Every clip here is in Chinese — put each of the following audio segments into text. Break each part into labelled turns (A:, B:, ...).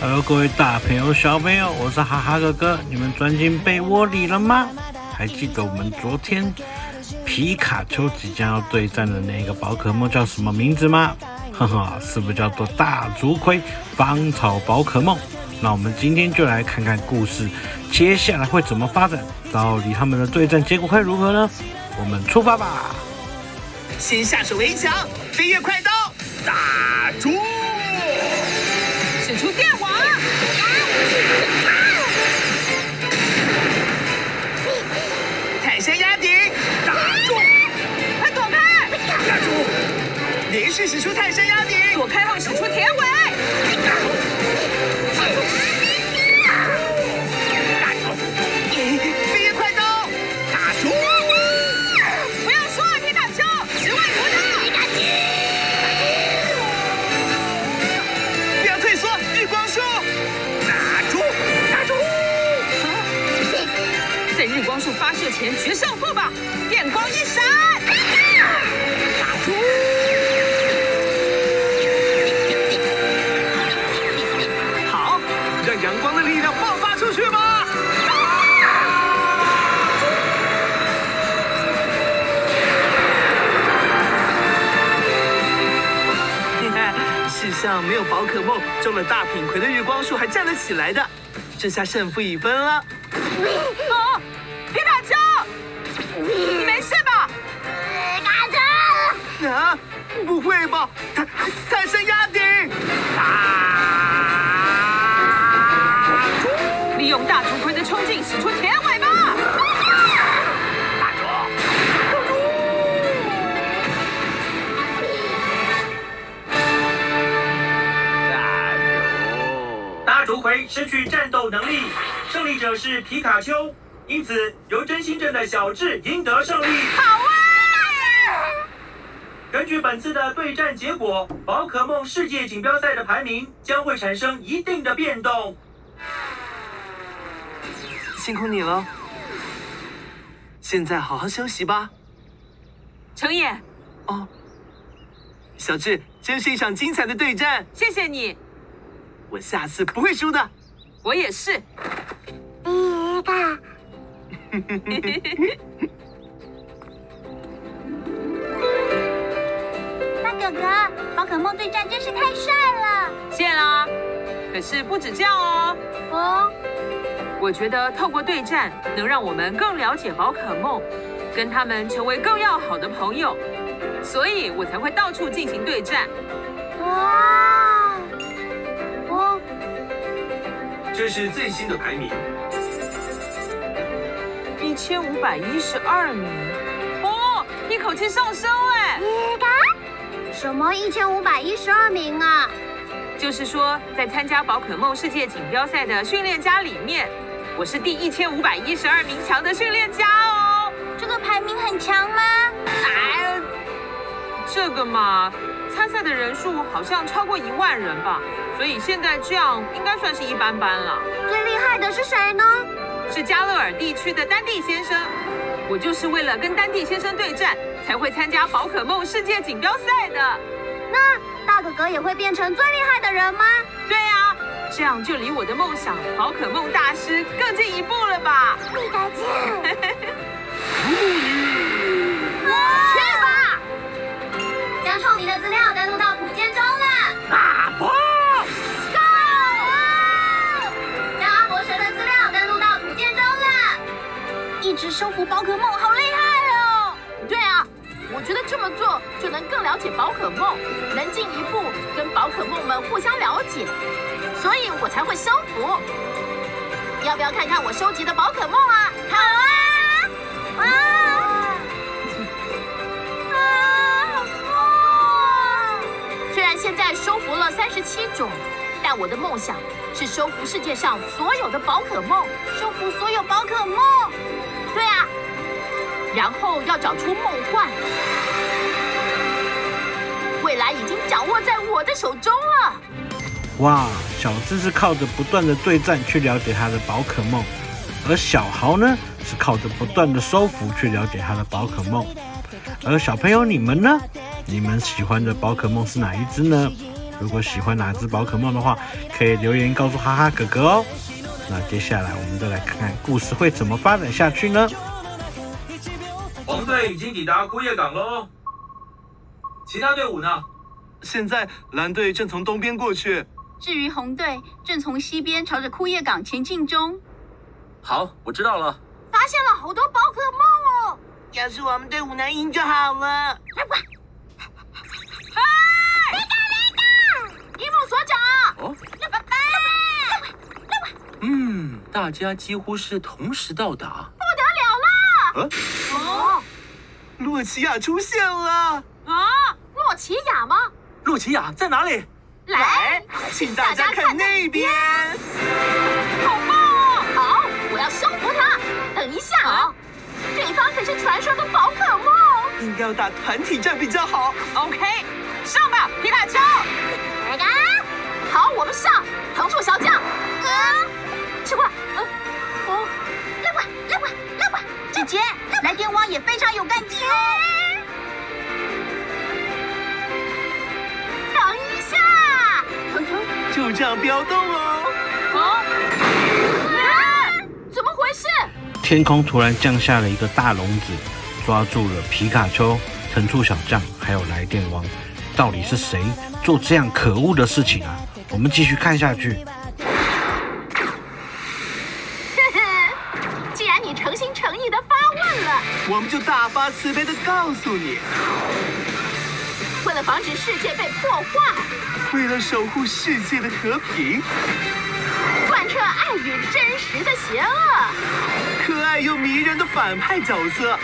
A: Hello，各位大朋友、小朋友，我是哈哈哥哥。你们钻进被窝里了吗？还记得我们昨天皮卡丘即将要对战的那个宝可梦叫什么名字吗？哈哈，是不是叫做大竹葵芳草宝可梦？那我们今天就来看看故事接下来会怎么发展，到底他们的对战结果会如何呢？我们出发吧！
B: 先下手为强，飞跃快刀，打住！
C: 使出电网，
B: 泰山压顶，打住！
C: 快躲开！
B: 打住！连续使出泰山压顶，
C: 躲开后使出铁尾，
B: 打住！飞跃快刀，打住！
C: 不要说了，皮卡丘，十万伏特！皮卡
B: 不要退缩，日光束，打住！打住！
C: 丘，在日光束发射前决胜负吧！电光一闪，
B: 打住！好，让阳光的力量爆发出去吧！ 世上没有宝可梦中了大品葵的日光树还站得起来的，这下胜负已分了。
C: 哦，皮卡丘，你没事吧？
B: 啊，不会吧？他他是压顶！打住！
C: 利用大头盔的冲劲使出铁尾吧！
B: 打住！打住！
D: 大竹葵失去战斗能力，胜利者是皮卡丘，因此由真心镇的小智赢得胜利。
C: 好啊！
D: 根据本次的对战结果，宝可梦世界锦标赛的排名将会产生一定的变动。
B: 辛苦你了。现在好好休息吧。
C: 程野，
B: 哦，小智，真是一场精彩的对战，
C: 谢谢你，
B: 我下次不会输的。
C: 我也是。
E: 大哥哥，宝可梦对战真是太帅了！
C: 谢啦。可是不止这样哦，
E: 哦，
C: 我觉得透过对战，能让我们更了解宝可梦，跟他们成为更要好的朋友，所以我才会到处进行对战。
E: 哇，哦，
D: 这是最新的排名，
C: 一千五百一十二名，哦，一口气上升哎！
E: 什么一千五百一十二名啊？
C: 就是说，在参加宝可梦世界锦标赛的训练家里面，我是第一千五百一十二名强的训练家哦。
E: 这个排名很强吗？
C: 哎，这个嘛，参赛的人数好像超过一万人吧，所以现在这样应该算是一般般了。
E: 最厉害的是谁呢？
C: 是加勒尔地区的丹蒂先生，我就是为了跟丹蒂先生对战，才会参加宝可梦世界锦标赛的。
E: 那大哥哥也会变成最厉害的人吗？
C: 对啊，这样就离我的梦想宝可梦大师更进一步了吧？
E: 你再见。去吧，将创你的资料登录到普建中了。
B: 打爆！
E: Go！将阿伯蛇的资料登录到古建中了。一直收服宝可梦，好厉害哦！
F: 对啊，我觉得这么做就能更了解宝可梦，能进一步跟宝可梦们互相了解，所以我才会收服。要不要看看我收集的宝可梦啊？好啊！
E: 哇！啊，好酷哦！
F: 虽然现在收服了三十七种，但我的梦想是收服世界上所有的宝可梦，收服所有宝可梦。对啊，然后要找出梦幻，未来已经掌握在我的手中了。
A: 哇，小智是靠着不断的对战去了解他的宝可梦，而小豪呢是靠着不断的收服去了解他的宝可梦。而小朋友你们呢？你们喜欢的宝可梦是哪一只呢？如果喜欢哪只宝可梦的话，可以留言告诉哈哈哥哥哦。那接下来我们再来看看故事会怎么发展下去呢？
G: 红队已经抵达枯叶港喽，其他队伍呢？
B: 现在蓝队正从东边过去，
H: 至于红队，正从西边朝着枯叶港前进中，
D: 好，我知道了。
H: 发现了好多宝可梦哦！
I: 要是我们队伍能赢就好了。
E: 伊木所长，
D: 哦，
E: 那爸爸，
D: 嗯，大家几乎是同时到达。
B: 呃
I: 哦
B: 洛奇亚出现了。
C: 啊！
E: 洛奇亚吗？
D: 洛奇亚在哪里？
E: 来，
B: 请大家看那边。
E: 好棒哦！好，我要收服它。等一下啊，对方可是传说的宝可梦。
B: 应该要打团体战比较好。
C: OK，上吧，皮卡丘！
E: 来啦！好，我们上，藤树小将。啊！奇怪，呃，哦，
H: 乐管，乐管，乐管！姐姐，来电汪也非常有干劲哦。
E: 等一下，藤藤，
B: 就这样不要动哦。
C: 哦，
E: 啊，怎么回事？
A: 天空突然降下了一个大笼子，抓住了皮卡丘、藤兔小将还有来电王。到底是谁做这样可恶的事情啊？我们继续看下去。
E: 既然你诚心诚意的发问了，
B: 我们就大发慈悲的告诉你，
E: 为了防止世界被破坏，
B: 为了守护世界的和平，
E: 贯彻爱与真实的邪恶，
B: 可爱又迷人的反派角色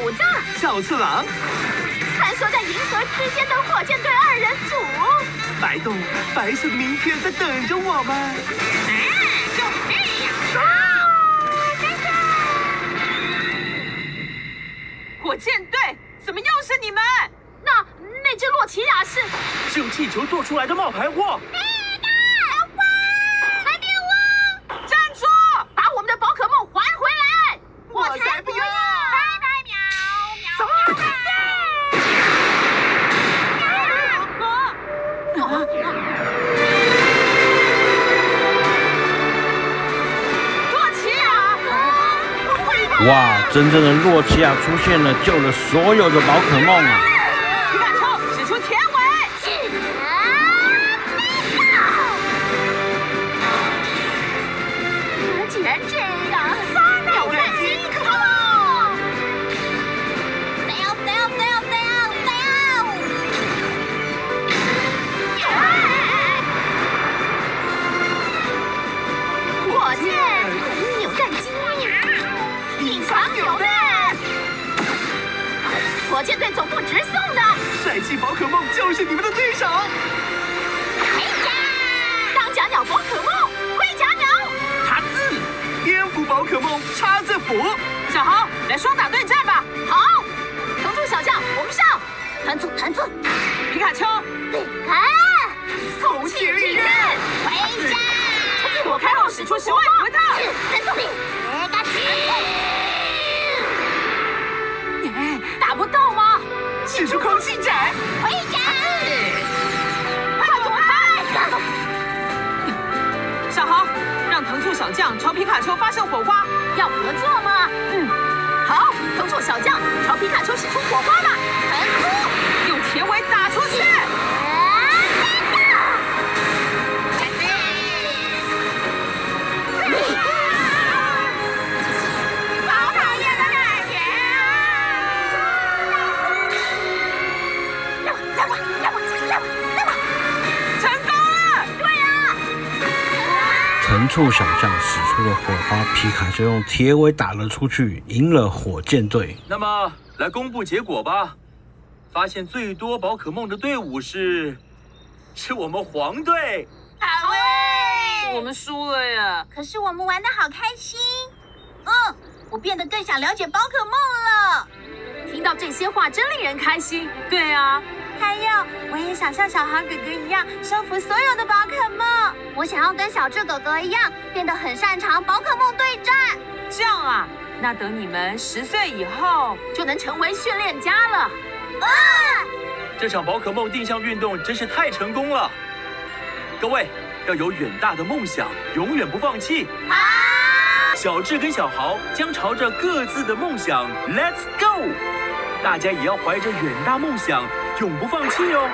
E: 武藏
B: 小次郎，
E: 穿梭在银河之间的火箭队二人组，
B: 白洞，白色的明天在等着我们。
C: 火箭队，怎么又是你们？
E: 那那只洛奇亚是
D: 是用气球做出来的冒牌货。
C: 站住！
E: 把我们的宝可梦还回来，
B: 我才不要！
C: 哎
E: 走
C: 啊！
E: 洛奇亚，
C: 啊
A: 哇，真正的洛奇亚出现了，救了所有的宝可梦啊！
C: 皮卡
F: 哦
C: 丘使出铁尾，
E: 既然这样，三秒
B: 战
E: 金卡。
H: Down, down, down, down, down！
E: 火箭扭蛋机，隐藏扭蛋，火箭队总部直送的，
B: 帅气宝可梦就是你们的对手。
E: 当假鸟宝可梦，盔甲鸟，
B: 哈兹，蝙蝠宝可梦叉字符，
C: 小豪来双打对战吧！
E: 好，藤柱小将，我们上，
H: 团组，团组，
C: 皮卡丘，
H: 啊！
E: 重启利刃，
H: 回家！
C: 躲开后使出十万伏特，
H: 团组，嘎叽！
E: 打不到吗？
B: 使出空气斩，
H: 回家！
E: 快躲开！
C: 小豪让藤树小将朝皮卡丘发射火花，
E: 要合作吗？嗯，好，藤柱小将朝皮卡丘使出火花吧，藤柱。
C: 用铁尾打出去。成功了！
A: 藤兔小将使出了火花，皮卡丘用铁尾打了出去，赢了火箭队。
D: 那么来公布结果吧。发现最多宝可梦的队伍是，是我们黄队。
H: 哎
C: 我们输了呀！
H: 可是我们玩的好开心，嗯，我变得更想了解宝可梦了。
E: 听到这些话真令人开心。
C: 对啊，
H: 还有，我也想像小豪哥哥一样收服所有的宝可梦。我想要跟小智哥哥一样，变得很擅长宝可梦对战。
C: 这样啊，那等你们十岁以后，
E: 就能成为训练家了。
H: 啊！
B: 这场宝可梦定向运动真是太成功了。各位要有远大的梦想，永远不放弃。小智跟小豪将朝着各自的梦想，Let's go！大家也要怀着远大梦想，永不放弃哦。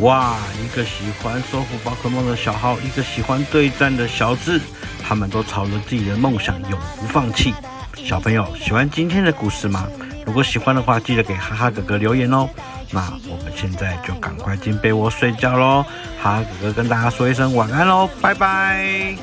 A: 哇，一个喜欢收服宝可梦的小浩，一个喜欢对战的小智，他们都朝着自己的梦想永不放弃。小朋友喜欢今天的故事吗？如果喜欢的话，记得给哈哈哥哥留言哦。那我们现在就哦赶快进被窝睡觉喽。哈哈哥哥跟大家说一声晚安喽，拜拜。